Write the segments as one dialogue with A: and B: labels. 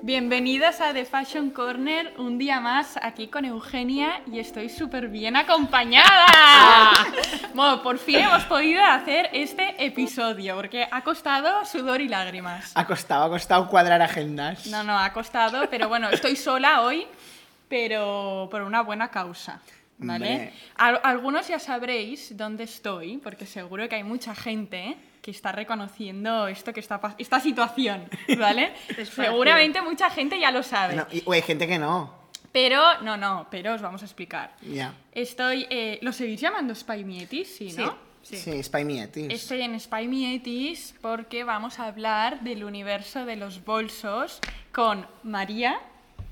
A: Bienvenidas a The Fashion Corner, un día más aquí con Eugenia y estoy súper bien acompañada.
B: Ah.
A: bueno, por fin hemos podido hacer este episodio porque ha costado sudor y lágrimas.
B: Ha costado, ha costado cuadrar agendas.
A: No, no, ha costado, pero bueno, estoy sola hoy, pero por una buena causa. ¿Vale?
B: Hombre.
A: Al- algunos ya sabréis dónde estoy, porque seguro que hay mucha gente que está reconociendo esto que está pas- esta situación, ¿vale?
C: Despacio.
A: Seguramente mucha gente ya lo sabe.
B: No, y- o hay gente que no.
A: Pero, no, no, pero os vamos a explicar.
B: Ya.
A: Estoy, eh, ¿lo seguís llamando Spymietis? Sí, ¿no? Este,
C: Sí.
B: Sí, Spy Mietis.
A: Estoy en Spymietis porque vamos a hablar del universo de los bolsos con María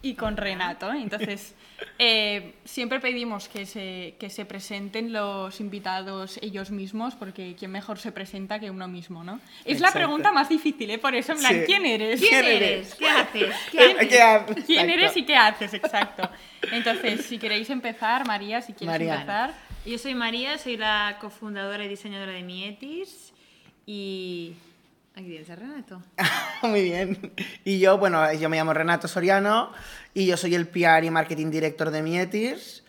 A: y con Renato. Entonces, eh, siempre pedimos que se, que se presenten los invitados ellos mismos porque quién mejor se presenta que uno mismo, ¿no? Es la
B: Exacto.
A: pregunta más difícil, ¿eh? Por eso, en plan,
B: Sí.
A: ¿quién eres?
C: ¿Quién eres? ¿Qué haces? ¿Qué
B: Eh,
C: haces?
B: ¿qué haces?
A: ¿Quién
B: Exacto.
A: eres y qué haces? Exacto. Entonces, si queréis empezar, María, si quieres
B: María.
A: empezar.
C: Yo soy María, soy la cofundadora y diseñadora de Mietis y... Aquí tienes a Renato.
B: Muy bien. Y yo, bueno, yo me llamo Renato Soriano y yo soy el PR y Marketing Director de Mietis.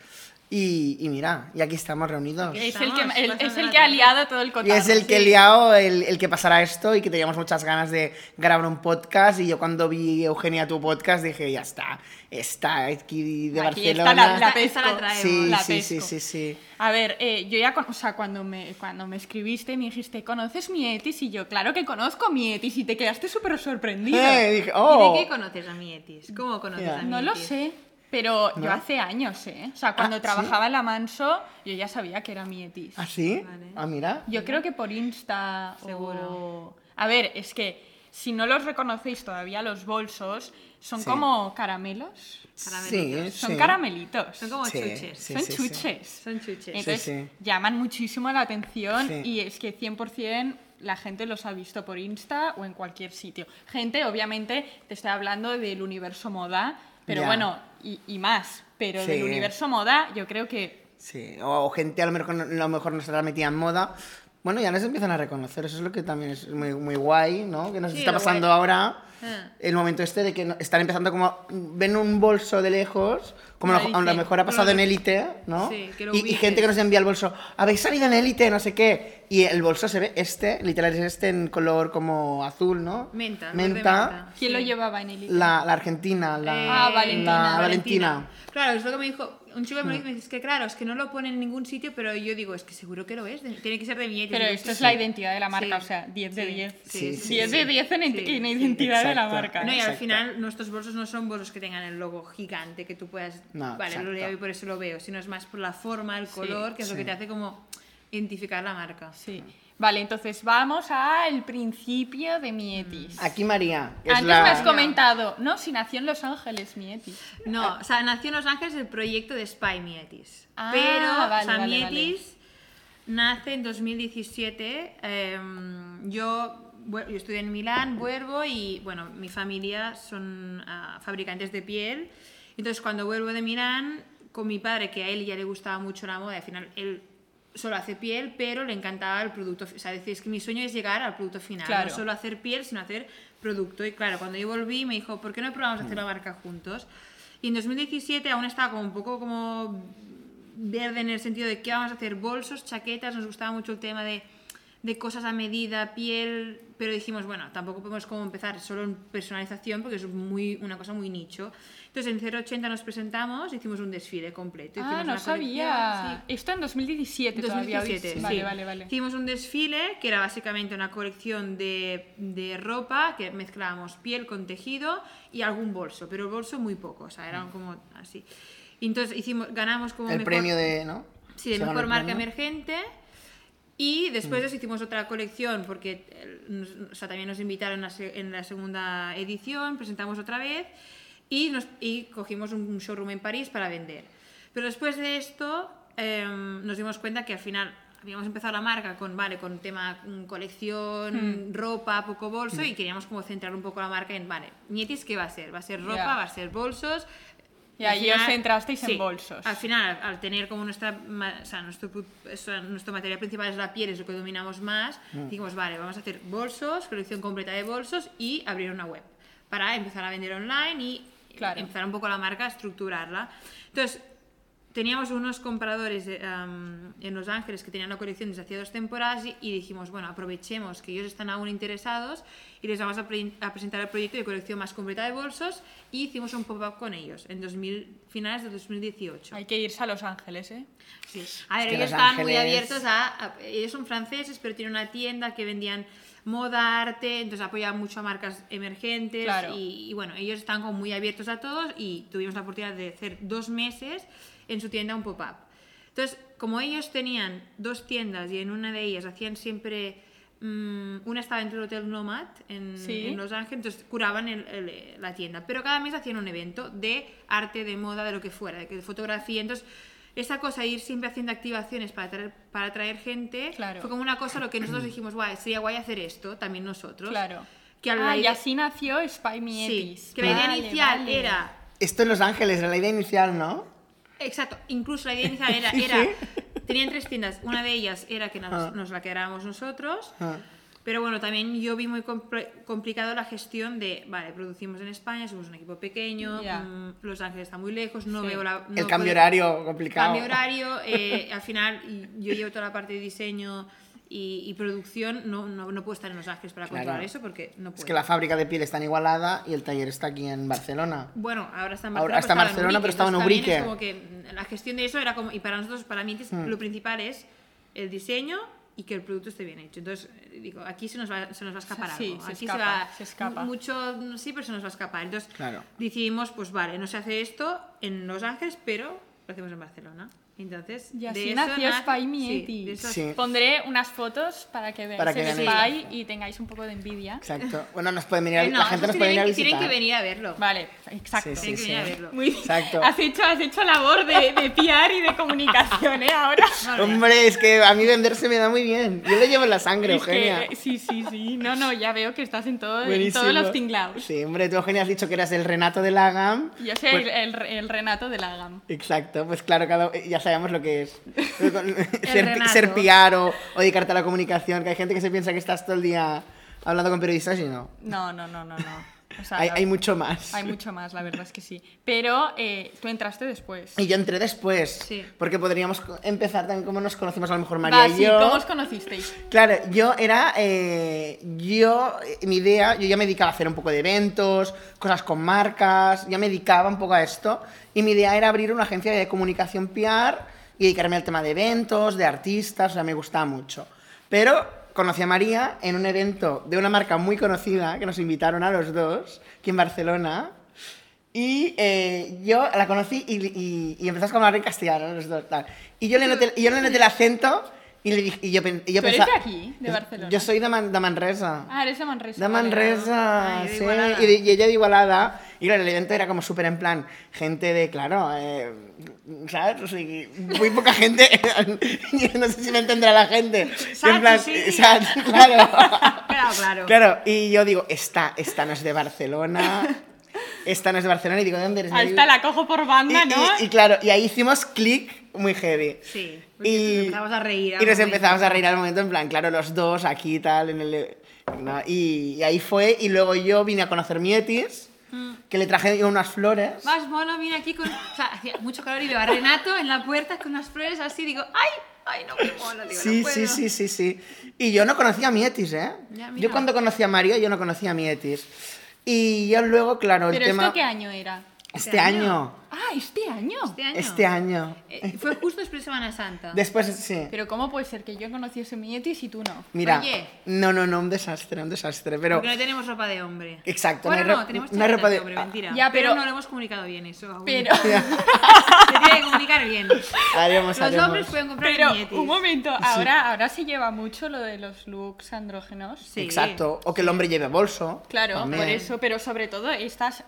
B: Y, y mira, y aquí estamos reunidos.
C: Aquí
A: Es el que,
C: Pues estamos,
A: el-
C: pasando
A: es el
C: la
A: que ha
C: tarde.
A: liado todo el
B: Y
A: cotarro.
B: es el que he
A: Sí.
B: liado, el, el que pasará esto y que teníamos muchas ganas de grabar un podcast. Y yo cuando vi Eugenia tu podcast dije, ya está, está aquí de
A: Aquí está
B: Barcelona.
A: la, la
C: Esta- esta la
A: pesco.
C: traemos.
B: sí,
A: la
B: sí, sí,
A: pesco.
B: sí, sí.
A: A ver, eh, yo ya, con- o sea, cuando me, cuando me escribiste me dijiste, ¿conoces Mietis? Y yo, claro que conozco Mietis y te quedaste súper sorprendida.
B: Eh, dije,
C: ¿Y
B: oh.
C: de qué conoces a Mietis? ¿Cómo conoces
B: Ya.
C: a Mietis?
A: No lo sé, pero yo
B: ¿No?
A: hace años, ¿eh? O sea, cuando
B: Ah, ¿sí?
A: trabajaba en la Manso, yo ya sabía que era Mietis.
B: ¿Ah, sí?
C: Vale.
B: Ah, mira.
A: Yo creo que por Insta
C: Seguro.
A: o- A ver, es que si no los reconocéis todavía los bolsos, son
B: Sí.
A: como caramelos.
B: Sí,
C: Caramelitos.
A: Son
B: sí.
A: caramelitos.
C: Son como
B: Sí,
C: oh, chuches.
B: sí,
A: son
B: sí, sí.
A: chuches.
C: Son chuches.
A: Entonces
B: Sí,
A: llaman muchísimo la atención
B: Sí.
A: y es que 100% la gente los ha visto por Insta o en cualquier sitio. Gente, obviamente, te estoy hablando del universo moda, pero
B: Ya.
A: bueno, y, y más. Pero
B: Sí.
A: del universo moda, yo creo que
B: Sí, o, o gente a lo mejor, a lo mejor no estará metida en moda. Bueno, ya nos empiezan a reconocer, eso es lo que también es muy, muy guay, ¿no? Que nos
C: Sí,
B: está
C: lo
B: pasando
C: guay.
B: ahora
C: Ah.
B: el momento este de que no- están empezando como, ven un bolso de lejos, como
A: Lo
B: a lo- a lo
A: dicen,
B: mejor ha
C: no lo
B: pasado en
C: dicen.
B: élite, ¿no?
C: Sí, que lo
B: y, y
C: ubiques.
B: gente que nos envía el bolso, habéis salido en élite, no sé qué, y el bolso se ve este, literal es este en color como azul, ¿no?
C: Menta. verde
B: Menta.
A: ¿quién lo
C: Sí.
A: llevaba en el Insta?
B: La, la argentina, la,
C: Eh,
A: Ah, Valentina.
B: la Valentina.
C: Claro, es lo que me dijo. Un chico me lo dijo, es que claro, es que no lo pone en ningún sitio, pero yo digo, es que seguro que lo es. de- Tiene que ser de billetes.
A: Pero
C: Digo,
A: esto es
C: sí.
A: la identidad de la marca,
C: Sí.
A: o sea, 10 de
C: Sí.
A: 10.
C: Sí,
B: Sí, sí,
A: 10 de 10 en,
C: Sí,
A: en
C: sí.
A: identidad de la
B: Exacto.
A: marca.
C: No, y al
B: Exacto.
C: final nuestros bolsos no son bolsos que tengan el logo gigante que tú puedas.
B: No,
C: vale,
B: exacto.
C: lo leo y por eso lo veo, sino es más por la forma, el color, que es lo
B: Sí.
C: que te hace como identificar la marca.
A: Sí. Vale, entonces vamos al principio de
C: Mm.
A: Mietis.
B: Aquí María. que es
A: Antes
B: la-
A: me has comentado, no, si nació en Los Ángeles, Mietis.
C: No, o sea, nació en Los Ángeles el proyecto de Spy Mietis.
A: Ah,
C: pero
A: vale,
C: o sea,
A: vale,
C: Mietis nace en 2017. eh, yo, bueno, yo estudié en Milán, vuelvo y, bueno, mi familia son ah, fabricantes de piel. Entonces, cuando vuelvo de Milán, con mi padre, que a él ya le gustaba mucho la moda, y al final él solo hace piel, pero le encantaba el producto. fi- O sea, decís que mi sueño es llegar al producto final,
A: Claro.
C: no solo hacer piel, sino hacer producto. Y claro, cuando yo volví me dijo, ¿por qué no probamos a hacer la
A: Mm.
C: marca juntos? Y en 2017 aún estaba como un poco como verde en el sentido de que vamos a hacer bolsos, chaquetas, nos gustaba mucho el tema de, de cosas a medida, piel, pero dijimos, bueno, tampoco podemos como empezar solo en personalización porque es muy, una cosa muy nicho. Entonces en 080 nos presentamos, hicimos un desfile completo.
A: Ah,
C: hicimos
A: no
C: una colección, sí.
A: sabía. Esto en 2017, todavía.
C: 2017,
A: ¿oís? Vale,
C: sí.
A: vale, vale.
C: Hicimos un desfile que era básicamente una colección de, de ropa que mezclábamos piel con tejido y algún bolso, pero el bolso muy poco, o sea, eran como así. Y entonces hicimos, ganamos como
B: Mm. El
C: mejor-
B: premio de, ¿no?
C: Sí, de
B: Se ganó
C: mejor
B: el
C: marca
B: premio. Mm.
C: emergente. Y después nos hicimos otra colección porque eh, nos- o sea, también nos invitaron en la se- en la segunda edición, presentamos otra vez y, nos, y cogimos un showroom en París para vender. Pero después de esto eh, nos dimos cuenta que al final habíamos empezado la marca con, vale, con tema mm,
A: Mm.
C: colección, ropa, poco
B: Mm.
C: bolso y queríamos como centrar un poco la marca en, vale, Nietis, ¿qué va a ser? ¿Va a ser ropa?
A: Ya.
C: ¿Va a ser bolsos?
A: Y ahí
C: Al final-
A: os centrasteis en
C: sí,
A: bolsos.
C: Al final, al tener como nuestra, ma- o sea, nuestro, pu- o sea, nuestro material principal es la piel, es lo que dominamos más, dijimos, vale, vamos a hacer bolsos, colección completa de bolsos y abrir una web. para empezar a vender online y
A: Claro.
C: empezar un poco la marca a estructurarla. Entonces, teníamos unos compradores de, am, en Los Ángeles que tenían la colección desde hacía dos temporadas y, y dijimos, bueno, aprovechemos que ellos están aún interesados y les vamos a, pre- a presentar el proyecto de colección más completa de bolsos y hicimos un pop-up con ellos en 2000, finales de 2018.
A: Hay que irse a Los Ángeles, ¿eh?
C: Sí. A ver,
B: que
C: ellos
B: Los
C: estaban muy
B: Ángeles-
C: abiertos a, a- Ellos son franceses, pero tienen una tienda que vendían moda, arte, entonces apoyaban mucho a marcas emergentes.
A: Claro.
C: Y, y bueno, ellos estaban como muy abiertos a todos y tuvimos la oportunidad de hacer dos meses en su tienda un pop-up. Entonces, como ellos tenían dos tiendas y en una de ellas hacían siempre. mm, una estaba dentro del Hotel Nomad en,
A: Sí.
C: en Los Ángeles, entonces curaban el- el- la tienda. Pero cada mes hacían un evento de arte, de moda, de lo que fuera, de que- de fotografía. Entonces, esta cosa de ir siempre haciendo activaciones para atraer, para atraer gente
A: Claro.
C: fue como una cosa lo que nosotros dijimos, guay, sería guay hacer esto, también nosotros.
A: Claro.
C: Que a la
A: Ah, y
C: idea-
A: así nació Spy
C: Sí,
A: Mietis.
C: que la idea
A: Vale,
C: inicial
A: vale.
C: era
B: Esto en Los Ángeles, era la idea inicial, ¿no?
C: Exacto, incluso la idea inicial era,
B: Sí,
C: era-
B: sí.
C: tenían tres tiendas, una de ellas era que nos,
B: Ah.
C: nos la quedáramos nosotros,
B: Ah.
C: pero bueno, también yo vi muy compl- complicado la gestión de, vale, producimos en España, somos un equipo pequeño,
A: Ya.
C: mm, Los Ángeles está muy lejos, no
A: Sí.
C: veo la... no
B: el
C: puedo-
B: cambio horario complicado.
C: pues, Cambio horario, eh, al final y- yo llevo toda la parte de diseño y, y producción, no, no, no puedo estar en Los Ángeles para
B: Claro.
C: controlar eso porque no puedo.
B: Es que la fábrica de piel está en Igualada y el taller está aquí en Barcelona.
C: Bueno, ahora está en Barcelona.
B: Ahora está en Barcelona, pero estaba en
C: entonces
B: Ubrique. Mm.
C: también es como que mm, la gestión de eso era como. Y para nosotros, para mí, es- lo principal es el diseño y que el producto esté bien hecho. Entonces, eh, digo, aquí se nos va, se nos va a escapar
A: Sí,
C: algo.
A: se
C: aquí
A: escapa,
C: va.
A: se escapa.
C: mu- Mucho, mm, sí, pero se nos va a escapar. Entonces,
B: Claro.
C: decidimos, pues vale, no se hace esto en Los Ángeles, pero lo hacemos en Barcelona. Entonces,
A: Y
C: de
A: así
C: eso
A: nació
C: nace-
A: Spy
C: sí, de
A: Mietis.
C: eso-
B: Sí.
A: Pondré unas fotos para que veáis
B: Para que
A: el
B: vean
A: Spy y tengáis un poco de envidia.
B: Exacto. Bueno, nos pueden venir, a-
C: Eh, no,
B: la gente
C: esos
B: nos puede venir a
C: tienen,
B: visitar.
C: tienen que venir a verlo.
A: Vale, exacto.
B: Sí,
C: tienen que venir a
B: sí.
C: verlo.
A: Muy bien.
B: Exacto.
A: Has hecho, has hecho labor de, de PR y de comunicación, ¿eh? Ahora.
C: Vale.
B: Hombre, es que a mí vender se me da muy bien. Yo le llevo en la sangre,
A: Es que,
B: Eugenia.
A: eh, sí, sí, sí. No, no, ya veo que estás en, todo, en
B: Buenísimo.
A: todos los tinglaus.
B: Sí, hombre, tú, Eugenia, has dicho que eras el Renato de la GAM.
A: Yo soy
B: Pues-
A: el, el- el Renato de la GAM.
B: Exacto, pues claro, cada- ya sabemos lo que es. ser,
C: Renato.
B: ser PR o, o dedicarte a la comunicación, que hay gente que se piensa que estás todo el día hablando con periodistas y no.
A: No, no, no, no, no. O sea,
B: Hay,
A: la-
B: hay mucho más.
A: hay mucho más, la verdad es que sí. Pero eh, tú entraste después.
B: Y yo entré después,
C: Sí.
B: porque podríamos co- empezar también cómo nos conocimos a lo mejor María
A: Va,
B: y
A: sí,
B: yo.
A: ¿cómo os conocisteis?
B: Claro, yo era. eh, yo, eh, mi idea, yo ya me dedicaba a hacer un poco de eventos, cosas con marcas, ya me dedicaba un poco a esto. Y mi idea era abrir una agencia de comunicación PR y dedicarme al tema de eventos, de artistas, o sea, me gustaba mucho. Pero conocí a María en un evento de una marca muy conocida que nos invitaron a los dos, aquí en Barcelona. Y eh, yo la conocí y, y, y empezamos a hablar en castellano los dos. tal. Y yo le noté, y yo le noté el acento y, le dije, y yo, pen- y yo
A: ¿Tú eres
B: pensaba-
A: de aquí, de Barcelona?
B: Yo soy de, Man- de Manresa.
A: Ah, eres de Manresa.
B: de
A: vale.
B: Manresa,
C: Ay, de
B: sí.
C: Igualada.
B: Y, de- y ella de Igualada. Y claro, el evento era como súper en plan, gente de, claro, eh, ¿sabes? O sea, que muy poca gente. yo no sé si me entenderá la gente.
C: Sachi,
B: en plan,
C: sí.
B: eh, Sachi, claro.
C: Claro, claro.
B: Claro, y yo digo, esta, esta no es de Barcelona. Esta no es de Barcelona. Y digo, ¿de dónde eres?
A: Ahí está, la cojo por
B: Y-
A: banda,
B: y-
A: ¿no?
B: Y, claro, y ahí hicimos clic muy heavy.
C: Sí.
B: Y-
C: Y empezamos a reír.
B: Y
C: al
B: nos
C: momento.
B: empezamos a reír al momento, en plan, claro, los dos aquí y tal, en el... ¿no? Y, y ahí fue, y luego yo vine a conocer Mietis,
C: Mm.
B: que le traje yo unas flores.
C: Más mono, vine aquí con. O sea, hacía mucho calor y veo a Renato en la puerta con unas flores así. Digo, ¡ay! ¡ay, no, qué mono! Digo,
B: sí,
C: no puedo.
B: sí, sí, sí, sí. Y yo no conocía a Mietis, ¿eh?
C: Ya, mira.
B: yo cuando conocí a María, yo no conocía a Mietis. Y yo luego, claro, el
A: ¿Pero
B: tema...
A: esto qué año era?
B: Este
C: ¿Este año?
B: año.
A: Ah, este año.
C: Este año.
B: Este año.
C: Eh, fue justo después de Semana Santa.
B: Después, sí.
A: Pero ¿cómo puede ser que yo conociese mi Yetis y tú no?
B: Mira,
C: Oye.
B: no, no, no, un desastre, un desastre. Pero
C: Porque no tenemos ropa de hombre.
B: Exacto,
C: Bueno,
B: no hay
C: no,
B: ro-
C: tenemos
B: no hay ropa
C: chaquetas
B: de-
C: hombre,
B: ah.
C: mentira.
A: Ya,
C: pero,
A: pero-
C: no lo hemos comunicado bien eso. aún.
A: Pero,
C: Se tiene que comunicar bien. Los
B: haremos, haremos.
C: hombres pueden comprar
A: pero
C: viñetes.
A: un momento, ahora, ahora se lleva mucho lo de los looks andrógenos.
C: Sí.
B: Exacto, o que el hombre lleve bolso.
A: Claro,
B: también.
A: por eso, pero sobre todo estas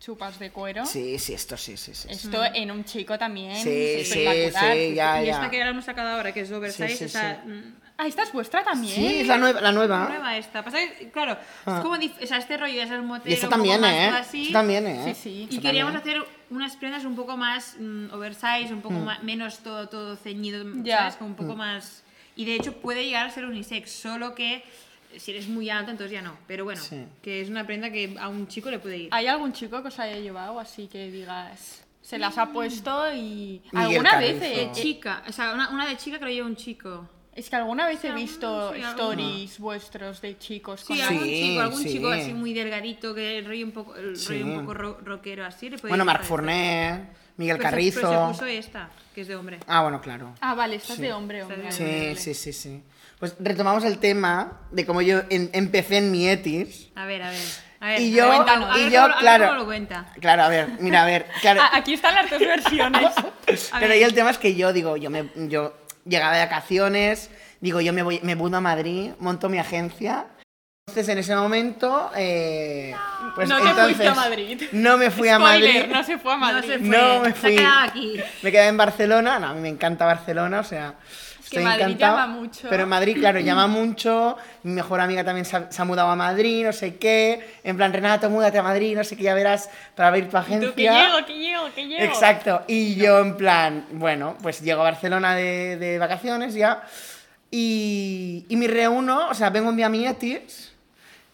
A: chupas de cuero.
B: Sí, sí, esto sí, sí, sí.
A: Esto en un chico también.
B: Sí,
A: es
B: sí,
A: espectacular.
B: sí, ya,
C: y
B: ya.
C: esta que ahora hemos sacado ahora, que es oversize,
B: Sí, sí,
C: esa,
B: sí.
C: mm,
A: Ah, esta es vuestra también.
B: Sí, es la nueva. La nueva.
C: nueva esta. Pasa que, claro,
B: Ah.
C: es como dif- o sea, este rollo de ser motero.
B: Y esta
C: un poco
B: también,
C: más
B: ¿eh?
C: así.
B: Esta también, ¿eh?
A: Sí, sí.
C: Y
B: Esta
C: queríamos
B: también.
C: hacer unas prendas un poco más mm, oversize, un poco ma- menos todo, todo ceñido,
A: Ya.
B: Mm.
C: ¿sabes? Como un poco más... Y de hecho puede llegar a ser unisex, solo que si eres muy alta, entonces ya no. Pero bueno,
B: Sí.
C: que es una prenda que a un chico le puede ir.
A: ¿Hay algún chico que os haya llevado así que digas, se las ha puesto y...
B: Miguel
A: alguna vez...
B: Carrizo.
A: he-
C: De chica, o sea, una, una de chica que lo lleva un chico.
A: Es que alguna vez he
C: algún-
A: visto
C: sí, algún-
A: stories vuestros de chicos con
C: Sí,
A: la-
B: Sí,
C: algún chico, algún
B: sí.
C: chico así muy delgadito, que el rollo un poco, el
B: Sí.
C: rollo un poco ro- rockero así. Le puede
B: Bueno,
C: ir Pues
B: Marc
C: para-
B: Fournet, Miguel
C: Pero se-
B: Carrizo.
C: pero se puso esta, que es de hombre.
B: Ah, bueno, claro.
A: Ah, vale, estás de hombre,
C: Estás
A: hombre.
C: de
B: Sí,
A: vale, vale.
B: sí, sí, sí. Pues retomamos el tema de cómo yo en- empecé en mi ETIS.
C: A ver, a ver. A ver
B: Y yo-
C: cuéntalo, a
B: y
C: ver
B: yo,
C: cómo lo- a ver
B: claro.
C: cómo lo cuenta.
B: Claro, a ver, mira, a ver, claro.
A: Ah, aquí están las dos versiones.
B: Pero ahí el tema es que yo digo, yo me yo llegaba de vacaciones, digo, yo me voy, me mudo a Madrid, monto mi agencia. Entonces en ese momento, eh, pues
A: No te fuiste
B: entonces,
A: a Madrid.
B: No me fui a
A: Spoiler,
B: Madrid.
A: no se fue a
C: No
A: Madrid.
C: se fue,
B: No me
C: se ha
B: fui.
C: quedado aquí.
B: Me quedé en Barcelona, no, a mí me encanta Barcelona, o sea,
A: que
B: estoy
A: Madrid
B: encantado.
A: llama mucho.
B: Pero en Madrid, claro, llama mucho. Mi mejor amiga también se ha, se ha mudado a Madrid, no sé qué. En plan, Renato, múdate a Madrid, no sé qué, ya verás para abrir tu
A: Y
B: agencia.
A: tú, que llego, que llego, que llego.
B: Exacto. Y yo en plan, bueno, pues llego a Barcelona de, de vacaciones ya y, y me reúno, o sea, vengo un día a mi Etis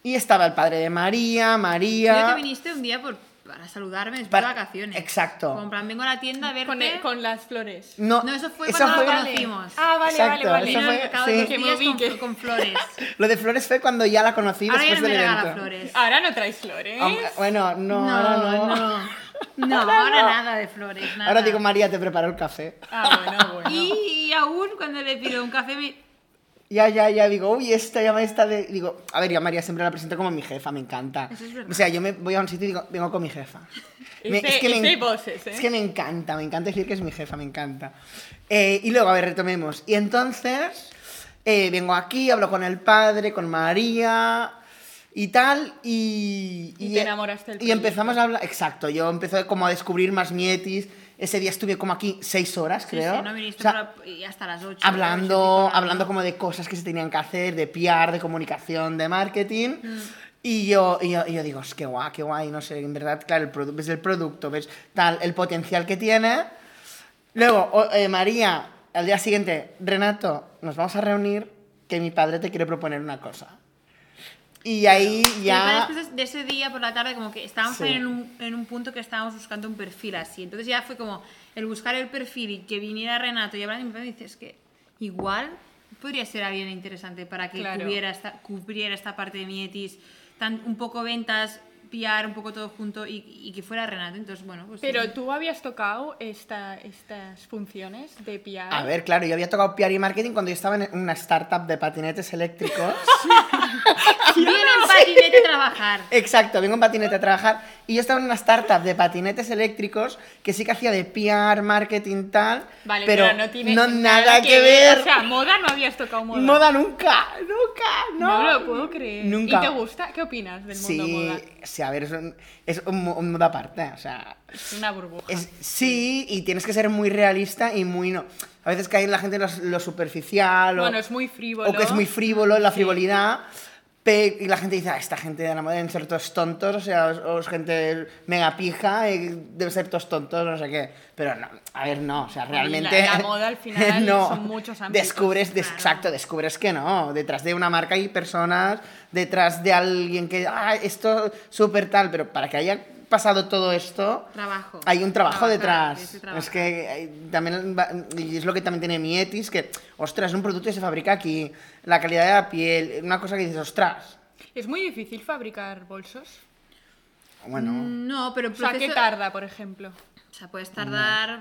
B: y estaba el padre de María,
C: Creo que
B: María...
C: viniste un día por, para saludarme después
B: Para-
C: de vacaciones.
B: exacto.
C: Como en plan, vengo a la tienda a verte.
A: Con, el- con las flores.
B: No,
C: No, eso fue cuando nos conocimos.
A: Ah, vale,
B: Exacto,
A: vale,
B: eso
C: Vino al
A: vale.
B: fue-
C: mercado
B: sí.
C: dos
A: Que me
C: días
A: ubique.
C: con, con flores.
B: Lo de Flores fue cuando ya la conocí
C: Ahora ya
B: después
C: no me
B: del evento.
C: regala flores.
A: Ahora no traes flores.
B: Aunque- Bueno, no, ahora no.
C: no. No, ahora nada de flores. Nada.
B: Ahora digo, María, te preparo el café.
A: Ah, bueno, bueno.
C: Y, y aún cuando le pido un café, me...
B: Ya, ya, ya, digo, uy, esta ya me está de... Digo, a ver, yo a María siempre la presento como mi jefa, me encanta.
C: Eso es verdad.
B: o sea, yo me voy a un sitio y digo, vengo con mi jefa.
A: Ese- ese voces, ¿eh?
B: es que me encanta, me encanta decir que es mi jefa, me encanta. Eh, y luego, a ver, retomemos. Y entonces, eh, vengo aquí, hablo con el padre, con María y tal, y... e-,
A: Y te enamoraste del
B: Y
A: proyecto.
B: empezamos a hablar, exacto, yo empecé como a descubrir más nietis. Ese día estuve como aquí seis horas,
C: Sí,
B: creo.
C: sí, no viniste
B: O sea,
C: por la- y hasta las 8.
B: hablando, hablando como de cosas que se tenían que hacer, de PR, de comunicación, de marketing. Y, yo, y yo, y yo digo, es que guay, qué guay, no sé, en verdad, claro, el produ- ves el producto, ves tal, el potencial que tiene. Luego, o- eh, María, al día siguiente, Renato, nos vamos a reunir, que mi padre te quiere proponer una cosa. Y ahí ya...
C: Después de ese día por la tarde, como que estábamos
B: Sí.
C: en, un, en un punto que estábamos buscando un perfil así. Entonces ya fue como el buscar el perfil y que viniera Renato y hablar. Y mi padre dice: Es que igual podría ser alguien interesante para que
A: Claro.
C: cubriera, esta, cubriera esta parte de mi etis, tan, un poco ventas, pillar un poco todo junto y, y que fuera Renato. Entonces, bueno, pues. sí.
A: Pero tú habías tocado esta, estas funciones de PR.
B: A ver, claro, yo había tocado PR y marketing cuando yo estaba en una startup de patinetes eléctricos.
C: Viene en patinete a trabajar.
B: Exacto, vengo en patinete a trabajar y yo estaba en una startup de patinetes eléctricos que sí que hacía de PR, marketing, tal,
A: Vale, pero,
B: pero,
A: no tiene
B: nada, que ver.
A: O sea, moda no habías tocado moda.
B: moda nunca, nunca, no.
A: No lo puedo creer.
B: Nunca.
A: ¿Y te gusta? ¿Qué opinas del mundo
B: sí,
A: moda?
B: sí, a ver, es un, es un mu- un mundo aparte, o sea,
A: Es una burbuja.
B: es- sí, y tienes que ser muy realista y muy no. A veces cae en la gente lo, lo superficial o,
A: Bueno, es muy frívolo.
B: o que es muy frívolo, la frivolidad. pe- Y la gente dice, "Ah, esta gente de la moda deben ser todos tontos, o sea, o, o es gente mega pija, y deben ser todos tontos, no sé qué. Pero no, a ver, no, o sea,
A: Bueno, y la-
B: realmente...
A: la moda al final son muchos ámbitos,
B: Descubres, des-
C: claro.
B: exacto, descubres que no. Detrás de una marca hay personas, detrás de alguien que, ah, esto súper tal, pero para que haya pasado todo esto,
C: Trabajo.
B: hay un trabajo
C: Trabajar,
B: detrás.
C: tienes que
B: Es
C: trabajar.
B: que hay- también va- y es lo que también tiene mi Etis, que, ostras, es un producto que se fabrica aquí, la calidad de la piel, una cosa que dices, ostras.
A: ¿Es muy difícil fabricar bolsos?
B: Bueno,
C: Mm. No, pero el
A: O sea, ¿qué
C: proceso-
A: tarda, por ejemplo?
C: O sea, puedes tardar,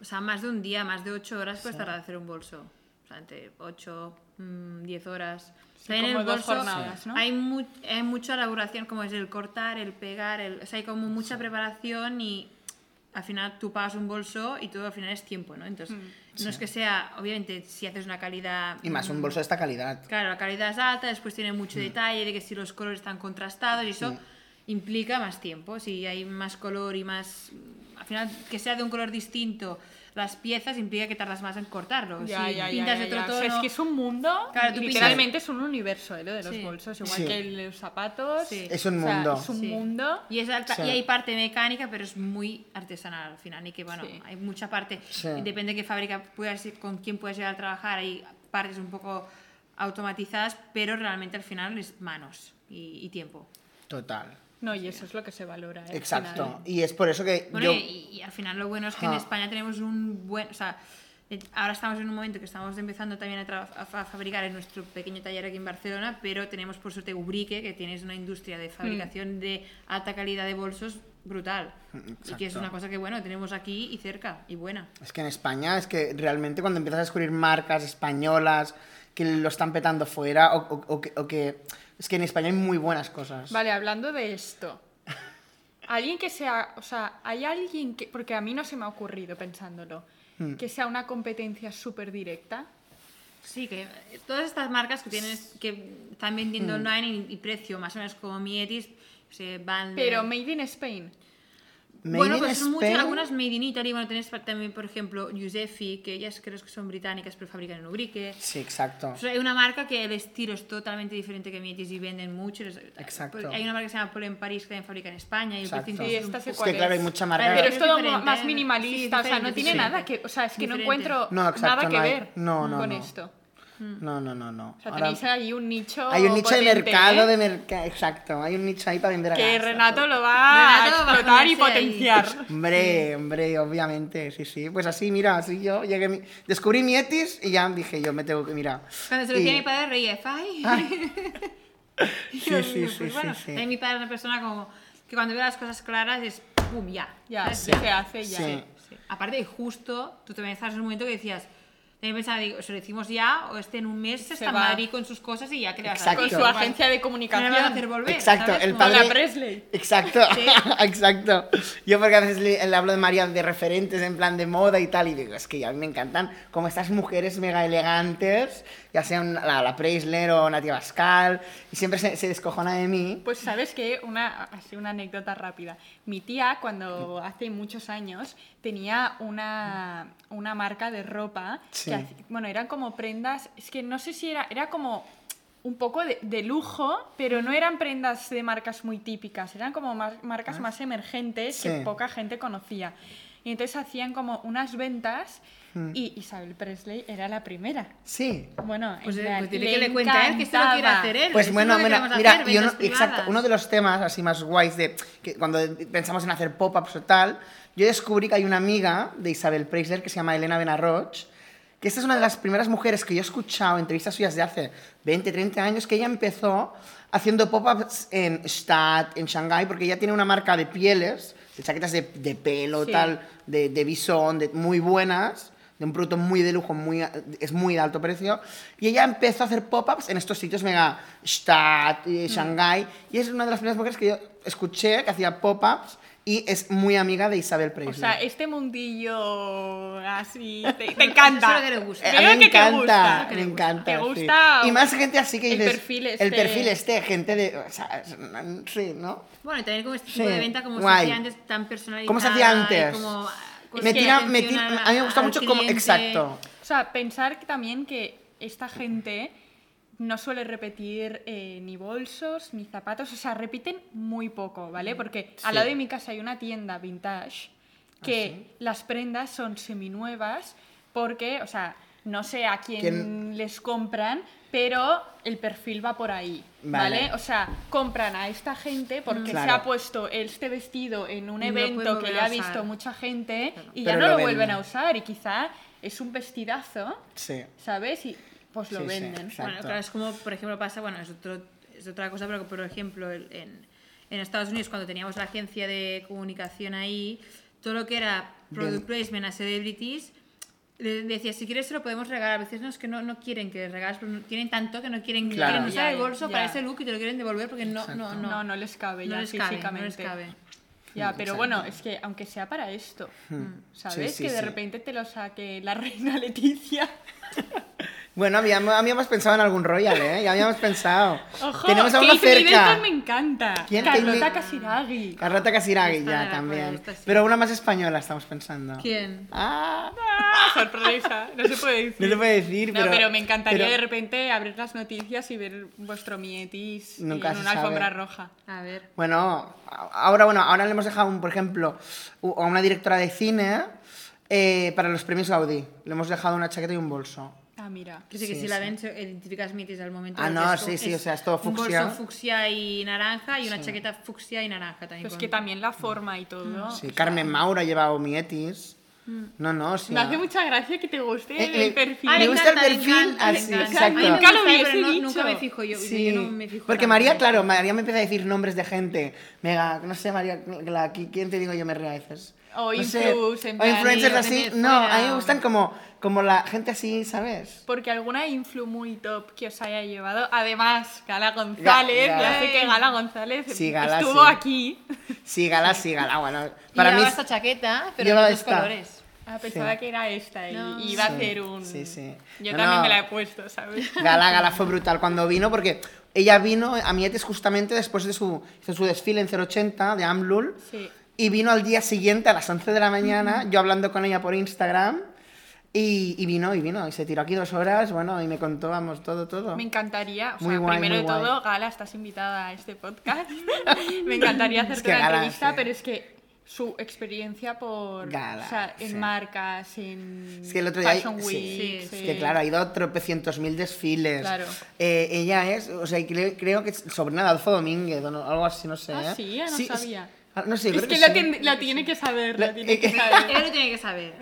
C: o sea, más de un día, más de 8 horas puedes tardar en hacer un bolso. O sea, entre 8, 10 horas. También
A: como
C: el
A: dos
C: bolso
A: jornadas, ¿no?
C: hay, mu- hay mucha elaboración, como es el cortar, el pegar, el, o sea, hay como mucha preparación y al final tú pagas un bolso y todo al final es tiempo, ¿no? Entonces,
A: Mm.
C: no es que sea, obviamente, si haces una calidad...
B: y más
C: mm,
B: un bolso de esta calidad.
C: Claro, la calidad es alta, después tiene mucho
B: Mm.
C: detalle de que si los colores están contrastados y eso implica más tiempo. Si hay más color y más. Al final, que sea de un color distinto las piezas implica que tardas más en cortarlo. si pintas de otro
A: ya. O
C: tono.
A: sea, es que es un mundo,
C: Claro, tú
A: literalmente es un universo ¿eh? lo de los
C: Sí.
A: bolsos, igual
B: Sí.
A: que los zapatos.
C: Sí.
B: Es un
A: O sea,
B: mundo.
A: es un
C: Sí.
A: mundo.
C: Y, es alta-
B: Sí.
C: y hay parte mecánica, pero es muy artesanal al final. Y que bueno,
A: Sí.
C: hay mucha parte.
B: Sí.
C: Depende de qué fábrica puedas ir- con quién puedas llegar a trabajar. Hay partes un poco automatizadas, pero realmente al final es manos y, y tiempo.
B: Total.
A: No, y eso es lo que se valora. ¿eh? al
B: Exacto.
A: final.
B: Y es por eso que
C: Bueno,
B: yo...
C: y, y al final lo bueno es que en
B: Ajá.
C: España tenemos un buen... O sea, eh, ahora estamos en un momento que estamos empezando también a, tra- a fa- a fabricar en nuestro pequeño taller aquí en Barcelona, pero tenemos por suerte Ubrique, que tienes una industria de
B: Mm.
C: fabricación de alta calidad de bolsos brutal. Y que es
B: exacto.
C: una cosa que, bueno, tenemos aquí y cerca, y buena.
B: Es que en España, es que realmente cuando empiezas a descubrir marcas españolas que lo están petando fuera, o, o- o que, o que- Es que en España hay muy buenas cosas.
A: Vale, hablando de esto. Alguien que sea, o sea, hay alguien que, porque a mí no se me ha ocurrido pensándolo,
B: Hmm.
A: que sea una competencia súper directa.
C: Sí, que eh, todas estas marcas que tienes que están
B: Mm.
C: vendiendo online y, y precio más o menos como Mietis, se van...
A: Pero Made in Spain.
B: Made
C: bueno,
B: in
C: pues son muchas,
B: Spain,
C: algunas made in Italy. Bueno, tenés pa- también, por ejemplo, Giuseppi, que ellas creo que son británicas, pero fabrican en Ubrique.
B: Sí, exacto.
C: O sea, hay una marca que el estilo es totalmente diferente que Mietis y venden mucho. Les-
B: Exacto.
C: Hay una marca que se llama Polo en París que también fabrica en España. Y el
B: Exacto.
C: precio
A: Sí,
C: incluso
A: esta
C: es
A: se
C: un
B: Es
A: cuál
B: que claro, hay mucha marca...
A: Pero es todo
C: diferente,
A: mo- más
C: ¿no?
A: minimalista,
C: Sí,
A: o sea, no
C: diferente,
A: tiene
C: sí.
A: nada que, o sea, es que
C: Diferente.
A: no encuentro
B: No, exacto,
A: nada que
B: no hay-
A: ver
B: no, no,
A: con
B: no.
A: esto.
B: Mm. No, no, no, no.
A: O sea,
B: Ahora-
A: tenéis ahí un nicho
B: Hay un nicho de
A: potente,
B: mercado,
A: ¿eh?
B: de mercado, exacto. Hay un nicho ahí para vender a
A: que
B: gas.
A: Renato lo va
C: Renato va
A: a
C: a
A: explotar y
C: ponerse ahí.
A: potenciar.
B: Hombre, hombre, obviamente, sí, sí. Pues así, mira, así yo llegué, mi- descubrí mi Etis y ya dije yo, me tengo que mirar.
C: Cuando se lo decía
B: Y- Ah,
C: a mi padre, reía. ¡Ay!
B: Sí, sí, sí,
C: Pues
B: sí,
C: bueno,
B: sí.
C: también mi padre es una persona como que cuando ve las cosas claras es ¡pum! Ya.
A: Ya,
C: ¿Sabes?
A: se hace ya.
B: Sí.
C: Sí. Aparte, y justo, tú también estabas en un momento que decías, también pensaba, digo, se lo decimos ya, o este en un mes está en
A: va.
C: Madrid con sus cosas y ya que le vas
B: Exacto.
A: Con
C: a
A: su agencia de
C: No le
A: comunicación.
C: van a hacer volver.
B: Exacto,
C: ¿sabes?
B: el
C: Como-
A: Con la
B: padre-
A: Presley.
B: Exacto, exacto. Yo porque a veces le, le hablo de María de referentes en plan de moda y tal, y digo, es que a mí me encantan como estas mujeres mega elegantes, ya sean la, la Preisler o Natia Pascal, y siempre se, se descojona de mí.
A: Pues sabes que una, así una anécdota rápida. Mi tía, cuando hace muchos años, tenía una, una marca de ropa,
B: Sí.
A: que haci- bueno, eran como prendas, es que no sé si era, era como un poco de, de lujo, pero no eran prendas de marcas muy típicas, eran como mar- marcas más emergentes que
B: Ah. Sí.
A: poca gente conocía. Y entonces hacían como unas ventas
B: Hmm.
A: y Isabel Presley era la primera.
B: Sí.
A: Bueno, en
C: Pues, eh,
A: plan,
C: pues dile que le cuente
A: cuenta
C: a él que esto lo quiere hacer ¿eh? él.
B: Pues
C: esto
B: bueno,
C: es lo que
B: mira,
C: queremos
B: mira,
C: hacer,
B: yo no-
C: ventas privadas.
B: exacto, uno de los temas así más guays de que cuando pensamos en hacer pop-ups o tal, yo descubrí que hay una amiga de Isabel Preisler que se llama Elena Benarroch, que esta es una de las primeras mujeres que yo he escuchado en entrevistas suyas de hace 20, 30 años, que ella empezó haciendo pop-ups en Stadt, en Shanghái, porque ella tiene una marca de pieles, de chaquetas de, de pelo,
A: Sí.
B: tal, de, de bisón, de, muy buenas, de un producto muy de lujo, muy, a- es muy de alto precio. Y ella empezó a hacer pop-ups en estos sitios mega, Stadt, eh,
A: Mm.
B: Shanghái, y es una de las primeras mujeres que yo escuché que hacía pop-ups y es muy amiga de Isabel Presley.
A: O sea, este mundillo así te, te
C: Eso
A: encanta.
C: es lo que le gusta.
B: Eh,
A: Veo
B: a mí me
A: que te
B: encanta,
A: gusta.
B: me encanta.
A: Te
B: sí.
A: gusta
B: Y más gente así que
A: el
B: dices.
A: perfil
B: El
A: este.
B: perfil este, gente de. O sea, es- sí, ¿no?
C: Bueno, y también como este tipo
B: Sí,
C: de venta, como
B: guay.
C: se hacía antes, tan personalizada.
B: ¿Cómo se hacía antes?
C: y como, ah,
A: pues,
C: con
B: Me
C: que
B: tira-
C: atención
B: me tira-
C: al-
B: a mí me gusta
C: al
B: mucho como.
C: cliente.
B: Exacto.
A: O sea, pensar que también que esta gente no suele repetir eh, ni bolsos ni zapatos, o sea, repiten muy poco, ¿vale? Porque al
B: Sí. ¿Ah,
A: lado de mi casa hay una tienda vintage que las prendas son seminuevas porque, o sea, no sé a quién,
B: ¿Quién?
A: les compran, pero el perfil va por ahí,
B: Vale. Mm.
A: ¿vale? O sea, compran a esta gente porque se
B: Claro.
A: ha puesto este vestido en un
C: Y no puede
A: evento que
C: volver
A: ya
C: a
A: ha visto
C: usar.
A: mucha gente y ya
B: Pero
A: no
B: lo
A: lo vuelven
B: venden.
A: a usar y quizá es un vestidazo,
B: Sí.
A: ¿sabes? Y pues lo
B: Sí, sí,
A: venden.
B: exacto.
C: Bueno, claro, es como, por ejemplo, pasa, bueno, es, otro, es otra cosa, pero que, por ejemplo, el- en, en Estados Unidos, cuando teníamos la agencia de comunicación ahí, todo lo que era product placement a celebrities, le decía, si quieres se lo podemos regalar. A veces no es que no, no quieren que les regales, pero no- tienen tanto que no quieren,
B: Claro.
C: quieren usar
A: Ya,
C: el bolso
A: ya.
C: para ese look y te lo quieren devolver porque no, no,
B: Exacto.
A: No,
C: no,
A: no, les cabe ya
C: no les cabe,
A: físicamente.
C: no les cabe.
A: Ya, pero
B: Mm, Exacto. Hmm.
A: bueno, es que aunque sea para esto, ¿sabes?
B: Sí, sí,
A: que de
B: sí.
A: repente te lo saque la reina Leticia.
B: Bueno, habíamos, habíamos pensado en algún Royal, ¿eh? Ya habíamos pensado.
A: Ojo,
B: Tenemos a uno
A: Kate Middleton
B: cerca.
A: me encanta.
B: ¿Quién? Ah.
A: Carlota
B: Kate-
A: Casiraghi.
B: Carlota Casiraghi,
C: Está de
B: ya
C: la
B: también.
C: cuerda, está
B: Pero una más española estamos pensando.
C: ¿Quién?
B: Ah,
A: Ah, sorpresa, no se puede decir.
B: no te puede decir,
A: No,
B: pero.
A: pero, me encantaría
B: pero-
A: de repente abrir las noticias y ver vuestro Mietis
B: Nunca
A: en
B: se
A: una
B: sabe.
A: alfombra roja.
C: A ver.
B: Bueno, a- ahora, bueno, ahora le hemos dejado, un, por ejemplo, u- a una directora de cine eh, para los premios Gaudí. Le hemos dejado una chaqueta y un bolso.
A: Ah, mira.
C: Que sí, que
B: Sí,
C: si la
B: sí.
C: ven, se- identificas mitis al momento.
B: Ah,
C: que
B: no,
C: es co-
B: sí, sí,
C: es
B: o sea, es todo fucsia.
C: Un bolso fucsia y naranja y una
B: Sí.
C: chaqueta fucsia y naranja también.
A: Pues
C: con- Mm.
A: que también la forma y todo.
B: Sí, Carmen Maura llevaba mietis. No, no, sí.
A: Mm. Me hace mucha gracia que te guste
B: Eh, eh,
A: el perfil.
C: Ah,
B: Me
C: le
B: gusta el
C: encanta, le
B: perfil
C: encanta, le
B: así,
C: encanta.
B: exacto.
C: A mí me
A: Nunca lo
C: gusta,
A: hubiese
C: pero no-
A: dicho.
C: Nunca me fijo yo.
B: Sí,
C: yo no me fijo
B: porque
C: tanto.
B: María, claro, María me empieza a decir nombres de gente. Mega, no sé, María, la- qui- ¿quién te digo yo me río a veces?
A: O
B: no sé,
A: influs, en
B: o
A: plan,
B: influencers
A: de
B: así. No,
C: Venezuela.
B: a mí me gustan como, como la gente así, ¿sabes?
A: Porque alguna influ muy top que os haya llevado. Además, Gala González,
B: Ga-
A: ya
B: Gala.
A: sé que Gala González
B: Sí, Gala,
A: estuvo
B: sí.
A: aquí.
B: Sígala, sígala. Bueno,
C: Y
B: para mí.
C: llevaba esta chaqueta, pero
B: llevaba
C: de otros
B: esta.
C: colores.
A: Ah, pensaba que era esta y
C: No.
A: iba a
B: Sí,
A: hacer un.
B: sí, sí.
A: Yo
B: No,
A: también
B: no.
A: me la he puesto, ¿sabes?
B: Gala, Gala fue brutal cuando vino porque ella vino a Mietes justamente después de su, hizo su desfile en 080 de AMLUL.
A: Sí.
B: Y vino al día siguiente a las 11 de la mañana, yo hablando con ella por Instagram. Y, y vino, y vino, y se tiró aquí dos horas, bueno, y me contó, vamos, todo, todo.
A: Me encantaría, o sea,
B: Muy guay,
A: primero de
B: muy guay.
A: todo, Gala, estás invitada a este podcast. Me encantaría hacerte
B: que
A: una
B: Gala,
A: entrevista,
B: sí.
A: pero es que su experiencia por.
B: Gala,
A: o sea, en
B: sí.
A: marcas, en.
B: Es que el otro día...
A: Fashion
B: sí,
A: Week.
C: sí,
B: Es que claro, ha ido a tropecientos mil desfiles.
A: Claro.
B: Eh, ella es, o sea, y creo, creo que es sobrina de Adolfo Domínguez o no- algo así, no sé.
A: Ah,
B: ¿eh?
A: sí, ah, no
B: es-
A: sabía.
B: ah, no sé,
A: Es
B: creo
A: que,
B: que
A: lo,
B: sí.
A: ten- lo tiene que saber, lo
B: Lo-
A: tiene que
B: eh,
A: saber.
C: Él lo tiene que saber.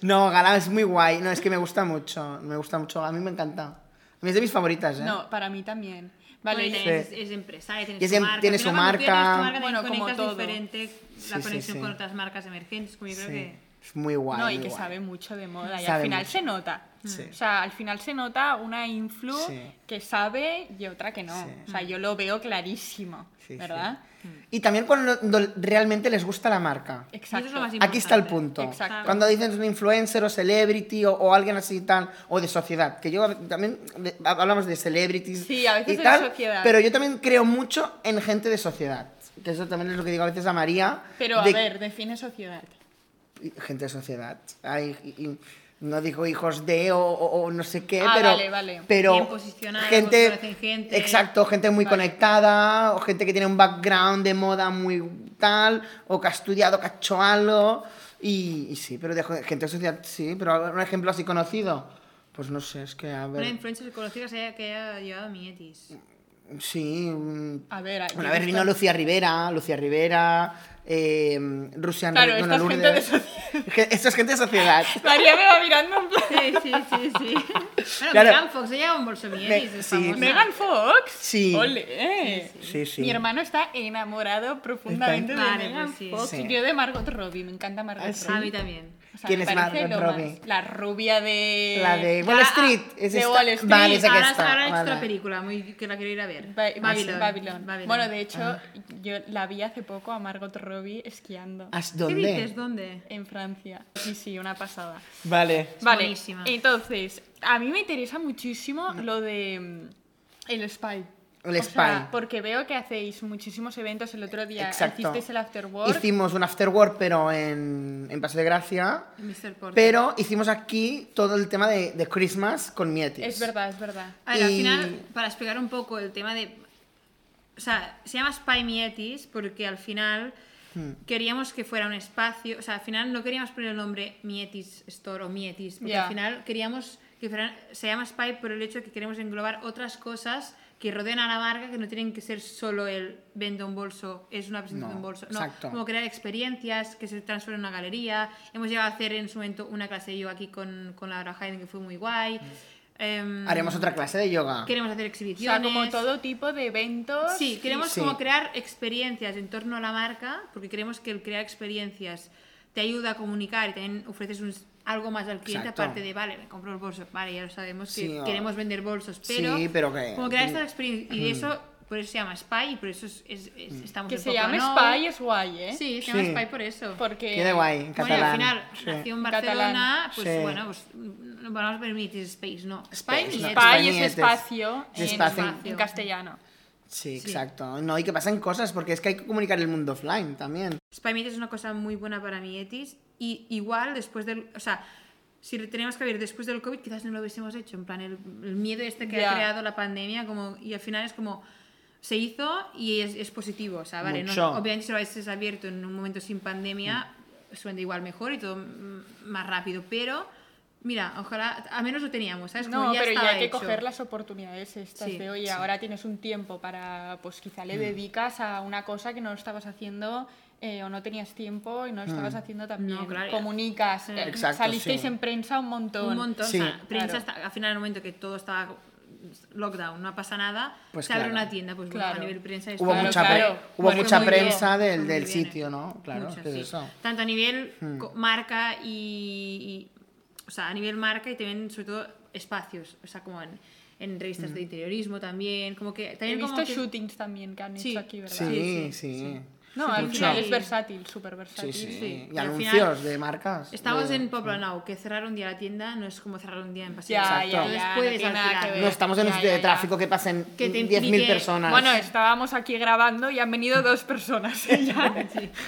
B: No, Gala es muy guay. No, es que me gusta mucho. Me gusta mucho. A mí me encanta. A mí es de mis favoritas, ¿eh?
A: No, para mí también. Vale,
C: Bueno, y
A: y-
C: también
B: Sí.
C: es, es empresaria,
B: Y
C: tiene
B: es
C: su
B: em-
C: marca.
B: tiene
C: Al
B: su
C: final, cuando tú ya
B: marca.
C: tienes tu marca,
A: Bueno,
C: también
A: como
C: conectas
A: todo.
C: diferente la
B: Sí, sí,
C: conexión
B: sí.
C: con otras marcas emergentes, como yo creo
B: Sí,
C: que...
B: Es muy guay.
A: no, y
B: muy
A: que
B: guay.
A: sabe mucho de moda. Y al
B: Sabe
A: final
B: mucho.
A: se nota.
B: Sí.
A: O sea, al final se nota una influ
B: Sí.
A: que sabe y otra que no.
B: Sí.
A: O sea, yo lo veo clarísimo,
B: Sí, sí.
A: ¿verdad? Mm.
B: Y también cuando cuando realmente les gusta la marca.
A: Exacto.
C: Y eso es lo más
B: Aquí está el
C: importante.
B: punto.
A: Exacto.
B: Cuando dicen un influencer o celebrity o, o alguien así y tal, o de sociedad, que yo a- también de- hablamos de celebrities
A: Sí, a veces
B: y
A: de
B: tal,
A: sociedad.
B: pero yo también creo mucho en gente de sociedad. Que eso también es lo que digo a veces a María.
A: Pero a
B: de-
A: ver, define sociedad.
B: gente de sociedad. Hay- y- y no digo hijos de o, o- o no sé qué,
A: Ah,
B: pero,
A: vale, vale.
B: pero
C: Bien posicionados, conocen gente.
B: exacto, gente muy
A: Vale.
B: conectada, o gente que tiene un background de moda muy tal, o que ha estudiado, que ha hecho algo, y, y sí, pero de jo- gente de sociedad sí, pero un ejemplo así conocido, pues no sé, es que a
C: Una
B: ver,
C: influencer conocida que haya- que haya llevado Mietis.
B: sí, mm,
A: A ver, aquí
B: bueno, a ver, vino
A: está-
B: Lucía Rivera, Lucía Rivera, eh, Rusia
A: Claro,
B: Dona
A: esta es gente
B: Lourdes.
A: de
B: Ge- Esto es gente de sociedad.
A: María me va mirando en plan.
C: Sí, sí, sí, sí. Bueno,
B: Claro.
C: Megan Fox, ella lleva un bolso Mietis,
B: Me-
C: es
B: sí.
C: famosa.
A: Megan Fox.
B: Sí.
A: Ole.
B: Sí, sí.
A: Mi hermano está enamorado profundamente
C: Está-
A: de
C: Vale,
A: Megan
C: pues sí.
A: Fox.
B: Sí.
A: Y yo de Margot Robbie. Me encanta Margot
B: Ah, sí.
A: Robbie.
C: A mí también.
A: O sea,
B: ¿Quién
A: me
B: es
A: parece
B: Margot
A: lo más.
B: Robbie?
A: La rubia de.
B: La de Wall
C: ah,
B: Street. es
A: de
B: esta.
A: Wall Street. Ah,
B: Vale, es
C: ahora
B: Ah, que está.
C: ahora hay otra
B: vale.
C: película muy, que la quiero ir a ver.
A: Ba- Babylon.
C: Babylon.
A: Babylon. Bueno, de hecho,
B: Ah.
A: yo la vi hace poco a Margot Robbie esquiando
B: ¿As-
C: ¿Qué dices?
B: ¿Dónde?
C: ¿Dónde?
A: en Francia. Sí, sí, una pasada.
B: Vale.
A: Vale,
C: buenísima.
A: entonces, a mí me interesa muchísimo lo de mm, el spy.
B: El
A: O sea,
B: spy.
A: porque veo que hacéis muchísimos eventos. El otro día
B: Exacto.
A: hicisteis el after work.
B: Hicimos un after work, pero en, en Paso de Gracia.
C: Mr. Porter.
B: Pero hicimos aquí todo el tema de, de Christmas con Mietis.
A: Es verdad, es verdad.
C: A ver, al
B: Y-
C: final, para explicar un poco el tema de... O sea, se llama Spy Mietis porque al final
B: Hmm.
C: queríamos que fuera un espacio... O sea, al final no queríamos poner el nombre Mietis Store o Mietis, porque
A: Ya.
C: al final queríamos que fuera- se llama Spy por el hecho de que queremos englobar otras cosas que rodean a la marca, que no tienen que ser solo el vendo un bolso, es una presentación
B: No,
C: de un bolso. No,
B: exacto.
C: como crear experiencias que se transformen en una galería. Hemos llegado a hacer en su momento una clase de yo aquí con, con Laura Hayden, que fue muy guay. Em,
B: Hmm. Haremos otra clase de yoga.
C: Queremos hacer
A: Ah. O sea,
C: exhibiciones.
A: como todo tipo de eventos.
C: Sí, queremos
B: Sí.
C: como crear experiencias en torno a la marca, porque creemos que el crear experiencias te ayuda a comunicar y también ofreces un- algo más al cliente,
B: Exacto.
C: aparte de, vale, me compro el bolso, vale, ya lo sabemos que
B: Sí, o-
C: queremos vender bolsos,
B: Sí,
C: pero,
B: pero que- mm.
C: como crear esta experiencia. Y de eso, por eso se llama Spy y por eso es- es- es- estamos
A: Que
C: en
A: se
C: Poca
A: llame
C: No.
A: spy es guay, ¿eh?
C: Sí, se llama
B: Mm. Sí.
C: Spy por eso.
A: Porque.
B: Queda guay, en
C: Bueno, y al
B: catalán.
C: final
B: Sí.
C: nació en
A: En catalán.
C: Barcelona, pues
B: Sí.
C: bueno, pues no vamos a permitir Space, no. Spy
B: Space,
C: ni
A: Spy
B: no. Spy.
C: Etsy.
A: es
B: Españetes.
A: espacio
B: Es
A: en,
B: espacio.
A: en castellano.
B: Sí,
C: Sí.
B: exacto. No, y que pasan cosas, porque es que hay que comunicar el mundo offline también.
C: Spymeet es una cosa muy buena para mi etis y igual después del... O sea, si lo teníamos que ver después del COVID quizás no lo hubiésemos hecho, en plan el, el miedo este que
A: Ya.
C: ha creado la pandemia como, y al final es como... Se hizo y es, es positivo, o sea, vale, no-
B: Mucho.
C: obviamente si lo habéis abierto en un momento sin pandemia, suena igual mejor y todo mm, más rápido, pero Mira, ojalá, a menos lo teníamos, ¿sabes? Como
A: No, pero ya
C: estaba
A: hay que
C: hecho.
A: coger las oportunidades estas
C: Sí,
A: de, oye, ahora tienes un tiempo para, pues quizá
B: Mm.
A: le dedicas a una cosa que no estabas haciendo eh, o no tenías tiempo y no lo estabas haciendo también.
C: No, claro.
A: Comunicas, eh,
B: Mm. Exacto,
A: salisteis
B: sí.
A: en prensa un montón.
C: Un montón.
B: Sí.
C: o sea, prensa
A: Claro.
C: hasta- al final, en el momento que todo estaba lockdown, no pasa nada,
B: Pues
C: se abre
B: claro.
C: una tienda, pues bueno,
A: Claro.
C: a nivel prensa
B: Hubo
A: Claro,
B: mucha, pre-
A: claro.
B: hubo
A: Bueno,
B: mucha
A: muy bien.
B: prensa del,
C: Pues Muy
B: del
C: bien.
B: sitio, ¿no? Claro,
C: Muchas,
B: es
C: sí.
B: eso. Hmm.
C: Tanto a nivel co- marca y, y- O sea, a nivel marca y también, sobre todo, espacios. O sea, como en, en revistas
B: Hmm.
C: de interiorismo también. Como que.
A: He
C: También como
A: visto
C: que-
A: shootings también que han
C: Sí.
A: hecho aquí, ¿verdad?
B: Sí, sí.
A: No, al
B: Mucho.
A: final es versátil, súper versátil.
B: Sí, sí.
C: sí.
B: Y,
C: Y al
B: anuncios
C: final
B: de marcas.
C: Estamos
B: de-
C: en Poblenou, que cerrar un día la tienda no es como cerrar un día en paseo.
A: Ya,
B: Exacto.
A: ya,
B: Entonces
A: ya,
C: puedes
A: no tiene nada
C: alquilar.
A: que ver.
B: No estamos en un
A: Ya,
B: sitio
A: ya, ya.
B: de tráfico que pasen
C: Que te
B: 10.000
C: implique-
B: personas.
A: Bueno, estábamos aquí grabando y han venido dos personas. y ya.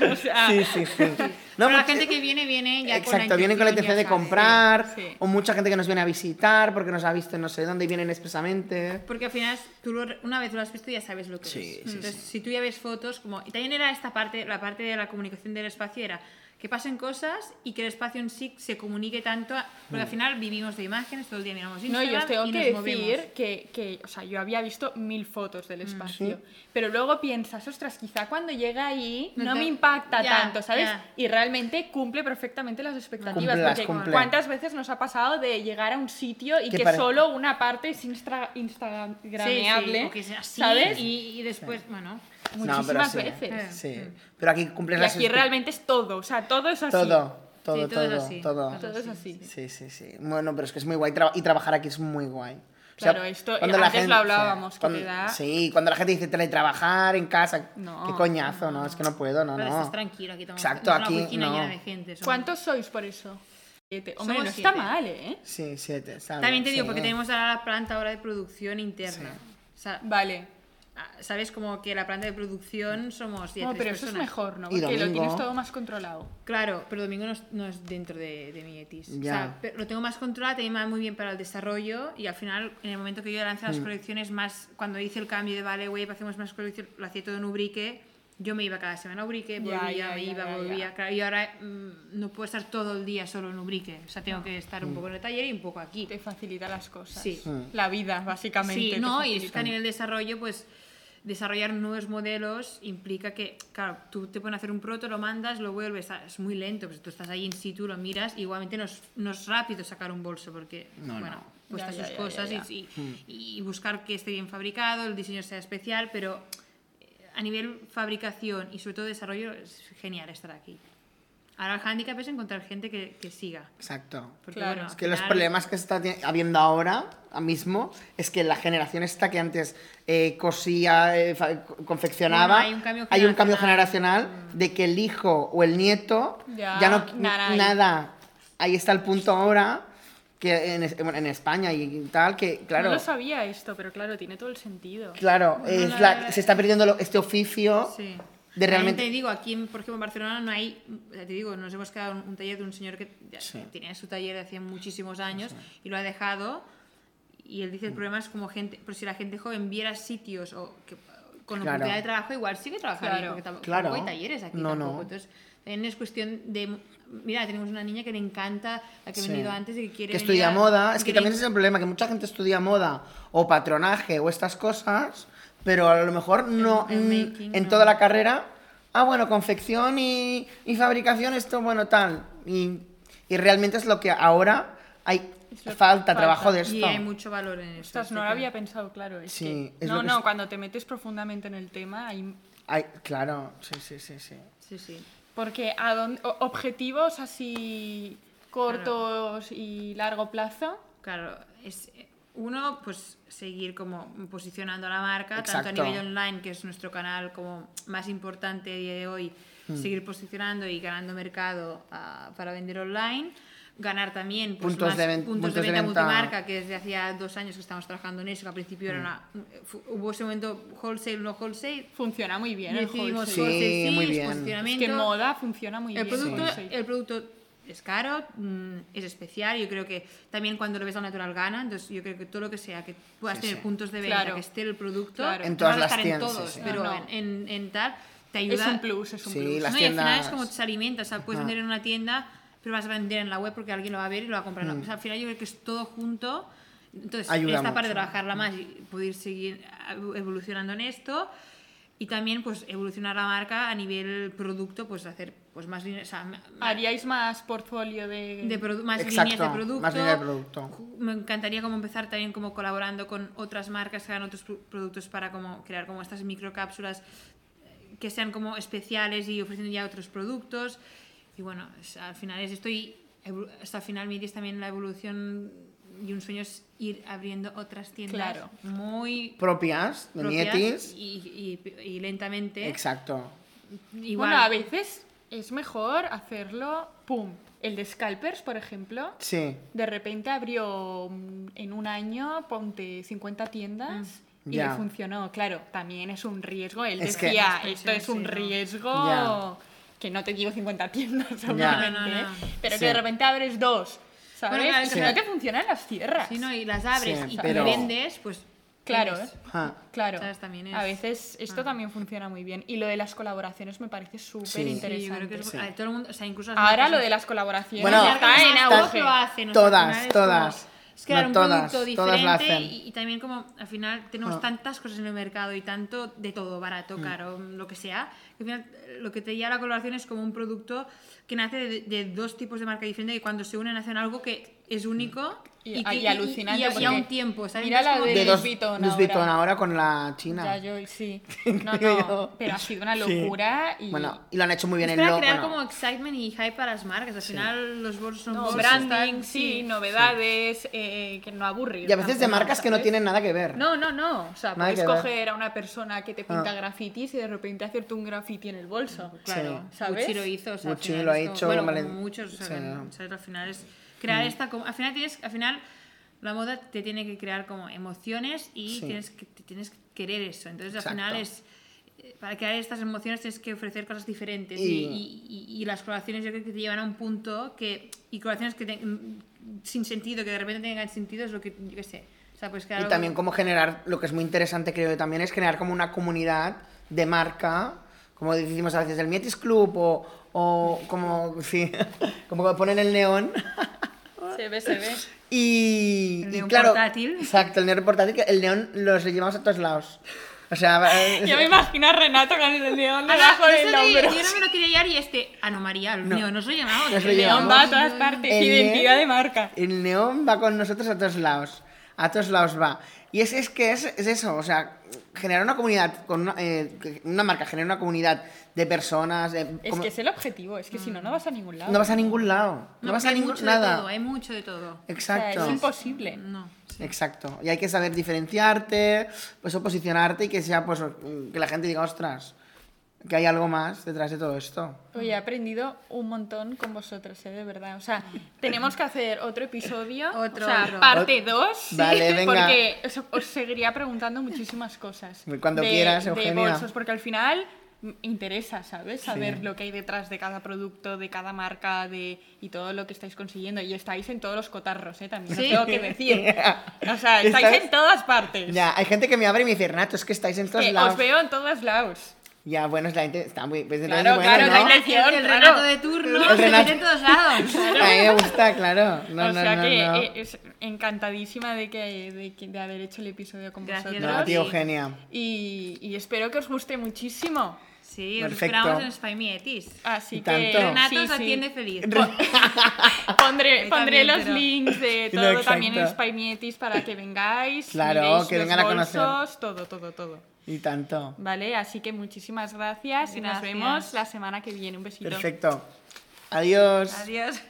A: O sea,
B: Sí, sí, sí. No,
C: No, Pero la
B: porque-
C: gente que viene, viene ya con la
B: Exacto, vienen con la intención de
C: ya sabe.
B: comprar,
A: sí.
B: o mucha gente que nos viene a visitar porque nos ha visto en no sé dónde y vienen expresamente.
C: Porque al final, tú lo- una vez lo has visto, ya sabes lo que
B: Sí,
C: es.
B: sí,
C: Entonces, si tú ya ves fotos, como. Y también era esta parte, la parte de la comunicación del espacio, era que pasen cosas y que el espacio en sí se comunique tanto. a- Porque al
B: Mm.
C: final vivimos de imágenes, todo el día miramos
A: No,
C: Instagram
A: yo os tengo
C: y nos
A: que
C: movemos.
A: decir que, que, o sea, yo había visto mil fotos
C: Mm,
A: del espacio, pero luego piensas, ostras, quizá cuando llega ahí
C: No
A: no,
C: te-
A: me impacta
C: ya,
A: tanto, ¿sabes?
C: ya.
A: Y realmente cumple perfectamente las expectativas,
B: Cumple las
A: porque
B: cumple.
A: cuántas veces nos ha pasado de llegar a un sitio y
B: Que
A: que,
B: pare-
A: solo una parte es instra-
C: Sí,
A: instagrameable,
C: sí, o que sea así,
A: ¿sabes?
C: Y, y después, bueno.
B: No, pero
A: Muchísimas
B: sí.
A: veces.
B: Sí.
C: Mm.
B: Pero aquí cumplen
A: Y
B: las
A: aquí
B: espe-
A: realmente es todo, o sea, todo es así.
B: Todo, todo,
C: Sí, todo es
B: todo,
C: así.
B: todo.
A: Todo es así.
B: Sí, sí, sí. Bueno, pero es que es muy guay tra- y trabajar aquí es muy guay. O sea,
A: Claro, esto-
B: cuando la
A: antes lo hablábamos,
B: sí,
A: que
B: cuando-
A: te da-
B: Sí, cuando la gente dice teletrabajar en casa,
A: No,
B: qué coñazo, no, es que no puedo, no,
C: pero
B: no.
C: estás tranquilo, aquí tomamos
B: Exacto,
C: no es una
B: aquí,
C: oficina
B: no.
C: llena de gente. somos-
A: ¿Cuántos sois por eso? Siete. Hombre,
C: Somos
A: no está
C: siete.
A: mal, ¿eh?
B: Sí, siete. está bien,
C: También te digo,
B: sí.
C: porque tenemos ahora la planta ahora de producción interna. O sea,
A: Vale.
C: Ah, Sabes como que la planta de producción somos 10
A: No, pero eso es mejor, ¿no?
B: Y
A: Porque lo
B: domingo.
A: tienes todo más controlado.
C: Claro, pero domingo no es, no es dentro de, de mi ETIS. O
B: Ya.
C: sea, pe- lo tengo más controlado, también me va muy bien para el desarrollo y al final, en el momento que yo lancé las colecciones, más cuando hice el cambio de Vale Web, hacemos más colecciones, lo hacía todo en Ubrique. Yo me iba cada semana a Ubrique,
A: Ya,
C: volvía,
A: ya,
C: me
A: ya,
C: iba,
A: ya,
C: volvía.
A: ya.
C: Claro, y ahora mm, no puedo estar todo el día solo en Ubrique. O sea, tengo que estar un poco en el taller y un poco aquí.
A: Te facilita las cosas.
C: Sí.
A: La vida, básicamente.
C: Mm. Sí,
A: te
C: no, y
A: facilita.
C: es que a nivel de desarrollo, pues desarrollar nuevos modelos implica que, claro, tú te pones a hacer un proto, lo mandas, lo vuelves, a- es muy lento, pues tú estás ahí in situ, lo miras, igualmente no es, no es rápido sacar un bolso porque,
B: No,
C: bueno,
B: no.
C: cuesta
A: Ya, ya,
C: sus
A: ya,
C: cosas
A: ya,
C: Y, y- y buscar que esté bien fabricado, el diseño sea especial, pero eh, a nivel fabricación y sobre todo desarrollo es genial estar aquí. Ahora el handicap es encontrar gente que, que siga.
B: Exacto.
C: Porque,
A: Claro. Es
C: bueno,
B: Es
C: al
B: que los
C: final-
B: problemas que está ti- habiendo ahora, ahora mismo, es que la generación esta que antes eh, cosía, eh, fa- co- confeccionaba,
C: Bueno, hay un cambio
B: hay un cambio
C: generacional.
B: generacional de que el hijo o el nieto ya,
A: Ya,
B: no
A: nada.
B: nada. Ahí está el punto ahora que en, es- bueno, en España y tal que claro
A: No lo sabía esto, pero claro, tiene todo el sentido.
B: claro es
C: la-
B: la-
C: la-
B: se está perdiendo lo- este oficio
C: Sí.
B: de
C: realmente
B: realmente
C: te digo, aquí, en, por ejemplo, en Barcelona no hay, ya te digo, nos hemos quedado en un taller de un señor que ya
B: Sí.
C: tenía su taller de hace muchísimos años y lo ha dejado y él dice
B: Mm.
C: el problema es como gente, pero si la gente joven viera sitios o que, con
B: Claro.
C: oportunidad de trabajo igual sigue trabajando
A: Claro.
C: porque tampoco,
B: Claro.
C: hay talleres aquí
B: No,
C: tampoco.
B: no.
C: Entonces, también es cuestión de mira, tenemos una niña que le encanta, la que ha
B: Sí.
C: venido antes y que quiere
B: Que
C: venir
B: estudia
C: a-
B: moda. Es que
C: quiere-
B: también ese es el problema, que mucha gente estudia moda o patronaje o estas cosas, pero a lo mejor no
C: el
B: mm,
C: making,
B: en
C: no.
B: toda la carrera. Ah, bueno, confección y, y fabricación, esto, bueno, tal. Y, y realmente es lo que ahora hay
A: Es lo que
B: falta,
A: falta.
B: trabajo de
C: y
B: esto.
C: hay mucho valor en eso.
A: Ostras,
C: así
A: no lo
C: que-
A: había pensado, claro. es
B: Sí,
A: que-
B: es lo
A: No,
B: que
A: no,
B: es-
A: cuando te metes profundamente en el tema, hay...
B: Hay- claro, sí, sí, sí, sí.
C: Sí, sí.
A: porque a dónde- o- objetivos así cortos y largo plazo,
C: Claro, es uno, pues seguir como posicionando la marca, tanto
B: Exacto.
C: a nivel online, que es nuestro canal como más importante a día de hoy,
B: Mm.
C: seguir posicionando y ganando mercado ah, para vender online. Ganar también pues,
B: Puntos
C: más
B: de ven-
C: puntos,
B: puntos
C: de
B: de
C: venta
B: venta. Mm.
C: multimarca, que desde hacía dos años que estamos trabajando en eso, que al principio era una, fu- hubo ese momento wholesale, no wholesale,
A: funciona muy bien. el
C: decidimos
A: wholesale.
B: Sí,
C: wholesale, sí,
B: muy
C: es
B: bien.
A: Es
C: posicionamiento.
A: que moda funciona muy
C: El
A: bien.
C: producto,
A: wholesale.
C: el producto es caro, mm, es especial. Yo creo que también cuando lo ves al natural gana. Entonces, yo creo que todo lo que sea, que puedas
B: Sí,
C: tener
B: sí.
C: puntos de venta,
A: Claro.
C: que esté el producto,
A: Claro. En
C: no
B: todas
C: vas a
B: las
C: estar
B: tiendas,
C: en todos,
B: sí,
A: sí.
C: pero
A: No, no.
C: En, en- en tal, te ayuda.
A: es un plus, es un
B: Sí,
A: plus.
B: las
C: No, y al final
B: tiendas-
C: es como se alimenta. O sea, puedes
B: Ajá.
C: vender en una tienda pero vas a vender en la web porque alguien lo va a ver y lo va a comprar. O sea, al final yo creo que es todo junto. Entonces,
B: Mm. Ayuda
C: esta parte de
B: mucho. Mm.
C: trabajarla más y poder seguir evolucionando en esto. Y también, pues, evolucionar la marca a nivel producto, pues, hacer pues más líneas, o sea, ma-
A: ¿Haríais más portfolio de...?
C: de produ- más
B: Mm. Exacto,
C: líneas de producto.
B: más líneas de producto.
C: Ju- Me encantaría como empezar también como colaborando con otras marcas que hagan otros pro- productos para como crear como estas microcápsulas eh, que sean como especiales y ofreciendo ya otros productos. Y bueno, es- al final es esto y evolu- hasta el final mi idea es también la evolución y un sueño es ir abriendo otras tiendas
A: Claro.
C: muy
B: Propias, de
C: propias
B: Nietis.
C: y, y- y lentamente.
B: Exacto.
C: Igual.
A: Bueno, a veces es mejor hacerlo, pum. El de Scalpers, por ejemplo,
B: Sí.
A: de repente abrió mm, en un año, ponte 50 tiendas
C: Mm.
A: y
B: Ya.
A: le funcionó. Claro, también es un riesgo. Él
B: Es que-
A: decía,
C: Las
A: esto es un
C: pensiones, sí, ¿no?
A: riesgo
B: Ya.
A: que no te digo 50 tiendas,
B: Ya.
A: obviamente,
C: No, no, no.
A: pero
B: Sí.
A: que de repente abres dos, ¿sabes?
C: Bueno, claro,
A: y si
B: sí.
A: no te funcionan las cierras.
C: Sí, ¿no? Y las abres
B: Sí,
C: y
B: pero-
C: vendes, pues...
A: Claro,
C: tienes-
A: ¿eh?
B: Ja.
A: Claro,
C: ¿Sabes? También es- Ah.
A: a veces esto también funciona muy bien. Y lo de las colaboraciones me parece súper
C: Sí, yo creo que
A: interesante.
C: es- a todo el mundo, o sea, incluso las
A: Ahora
C: marcas-
A: lo de las colaboraciones
B: Bueno,
A: está en
C: Las marcas
A: auge.
C: lo hacen, o sea,
B: Todas,
C: al final es
B: todas.
C: como- Es crear
B: No,
C: un
B: todas,
C: producto
B: todas lo
C: diferente
B: hacen.
C: y, y también como al final tenemos
B: Ah. Mm.
C: tantas cosas en el mercado y tanto de todo, barato, caro, lo que sea, que al final eh, lo que te lleva a la colaboración es como un producto que nace de, de dos tipos de marca diferente que cuando se unen hacen algo que es único
A: Mm. Y-
C: que-
A: y alucinante,
C: y, y a un
A: porque
C: tiempo, ¿sabes?
A: mira la
C: Entonces,
B: De
A: Louis
B: dos,
A: Vuitton
B: Louis
A: ahora.
B: Vuitton ahora con la
A: Ya,
B: China.
A: yo sí. No, no, pero ha sido una
B: Sí.
A: locura y...
B: Bueno, y lo han hecho muy bien
C: es
B: en
C: para
B: lo
C: crear
B: bueno,
C: como excitement y hype para las marcas. Al final los bolsos son
A: No,
C: bolsos,
A: branding,
C: están-
A: sí, novedades, eh, que no aburrir.
B: Y a veces de
A: tampoco,
B: marcas que no
A: ¿sabes?
B: tienen nada que ver.
A: No, no, no. O sea,
B: Nada
A: puedes
B: que ver.
A: coger a una persona que te pinta
B: Ah.
A: grafitis y de repente hacerte un graffiti en el bolso.
C: Claro,
A: Sí. ¿Sabes?
C: Gucci lo hizo. O sea, al
B: Gucci
C: final
B: lo ha
C: esto-
B: hecho,
C: Bueno, como
B: Valen-
C: muchos. O sea,
B: sí, Mm.
C: que,
B: no.
C: ¿sabes? Al final es crear esta. como- Al final tienes. Al final la moda te tiene que crear como emociones y
B: Sí.
C: tienes, que, te tienes que querer eso. Entonces
B: Exacto.
C: al final es. eh, Para crear estas emociones tienes que ofrecer cosas diferentes y,
B: Y-
C: y- y- y las colaboraciones yo creo que te llevan a un punto que y colaboraciones que te- mm, sin sentido que de repente tengan sentido es lo que yo qué sé o sea pues
B: Y también como generar, lo que es muy interesante creo yo también, es generar como una comunidad de marca, como decimos a veces, el Mietis Club o, o como, sí, como que ponen el neón.
A: Se ve, se ve.
B: Y,
C: El
B: y
C: neón
B: claro,
C: portátil.
B: exacto, el neón portátil, que el neón los llevamos a todos lados. O sea, eh,
A: Yo me imagino a Renato con el león
C: Ahora,
A: debajo
C: no sé
A: del
C: de-
A: hombro.
C: yo no me lo quería llevar y este ah no María el
B: No.
C: mío no se lo llamaba
B: Nos lo
C: el mío.
A: León va a
B: llevamos.
A: todas partes,
B: El
A: identidad
B: león-
A: de marca.
B: El neón va con nosotros a todos lados. A todos lados va. Y es, es que es, es eso, o sea, generar una comunidad, con una, eh, que una marca genera una comunidad de personas. de-
A: Es
B: como-
A: que es el objetivo, es que si no, no vas a ningún lado.
B: no vas a ningún lado. No,
C: No,
B: vas
C: porque
B: a
C: hay
B: ningún
C: mucho
B: nada.
C: De todo, hay mucho de todo.
A: ¿eh? O sea,
B: Exacto.
A: es imposible.
C: No.
B: Exacto. Y hay que saber diferenciarte, pues o posicionarte y que sea, pues, que la gente diga, ostras, que hay algo más detrás de todo esto.
A: Oye, he aprendido un montón con vosotros, ¿eh? de verdad. O sea, tenemos que hacer otro episodio,
C: Otro,
A: o sea,
C: otro.
A: parte 2,
B: Vale, venga.
A: porque os, os seguiría preguntando muchísimas cosas.
B: Cuando quieras,
A: de
B: Eugenia.
A: bolsos, porque al final m- interesa, ¿sabes? Saber lo que hay detrás de cada producto, de cada marca, de y todo lo que estáis consiguiendo. Y estáis en todos los cotarros, ¿eh? También os
C: Sí.
A: tengo que decir. O sea, estáis
B: Estás-
A: en todas partes.
B: Ya, hay gente que me abre y me dice, Renato, es que estáis en todos
A: Que
B: lados.
A: os veo en todos lados.
B: Ya, bueno, es la gente está muy... pues,
A: Claro,
B: entonces, bueno,
A: claro,
B: ¿no?
A: la iglesia-
C: El, el
A: Claro.
C: renato de turno
B: El
C: se
B: Renato.
C: mete en todos lados.
B: A mí me gusta, claro. No,
A: o
B: no,
A: sea
B: no,
A: que
B: no.
A: eh, es encantadísima de, que, de, que- de haber hecho el episodio con
C: Gracias.
B: No,
A: vosotros.
B: a ti,
C: sí.
B: Eugenia.
A: Y, y espero que os guste muchísimo.
C: Sí, os
B: Perfecto.
C: esperamos en Spy Mietis.
A: Así
B: Y tanto.
A: que
C: Renato
A: sí,
C: os
A: sí.
C: atiende feliz.
A: Pondré,
C: Yo
A: pondré
C: también,
A: los
C: pero-
A: links de
B: No,
A: todo
B: exacto.
A: también en Spymietis para que vengáis.
B: Claro,
A: miréis
B: que
A: los
B: vengan a conocer.
A: bolsos, Todo, todo, todo.
B: Y tanto.
A: Vale, así que muchísimas gracias, y nos
C: Gracias.
A: vemos la semana que viene. Un besito.
B: Perfecto. Adiós.
C: Adiós.